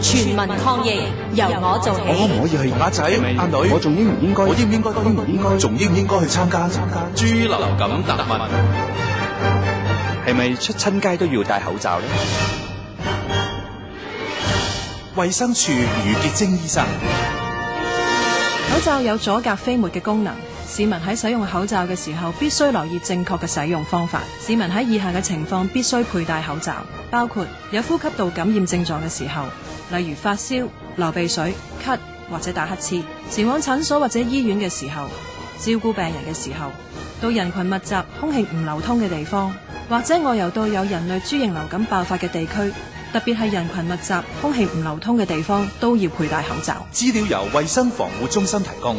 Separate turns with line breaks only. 全民抗疫，由我做
我可唔
起。
可以去？
阿仔、阿女，
我仲應唔應該？
我應唔應該？
應唔應該？
仲應唔應該去參加？參加
豬流感特問，
係咪出親街都要戴口罩咧？
衛生署余潔晶醫生，
口罩有阻隔飛沫嘅功能，市民喺使用口罩嘅時候必須留意正確嘅使用方法。市民喺以下嘅情況必須佩戴口罩，包括有呼吸道感染症狀嘅時候，例如發燒、流鼻水、咳或者打乞嗤；前往診所或者醫院嘅時候，照顧病人嘅時候，到人群密集、空氣唔流通嘅地方，或者外遊到有人類株型流感爆發嘅地區，特別係人群密集、空氣唔流通嘅地方，都要佩戴口罩。
資料由衛生防護中心提供。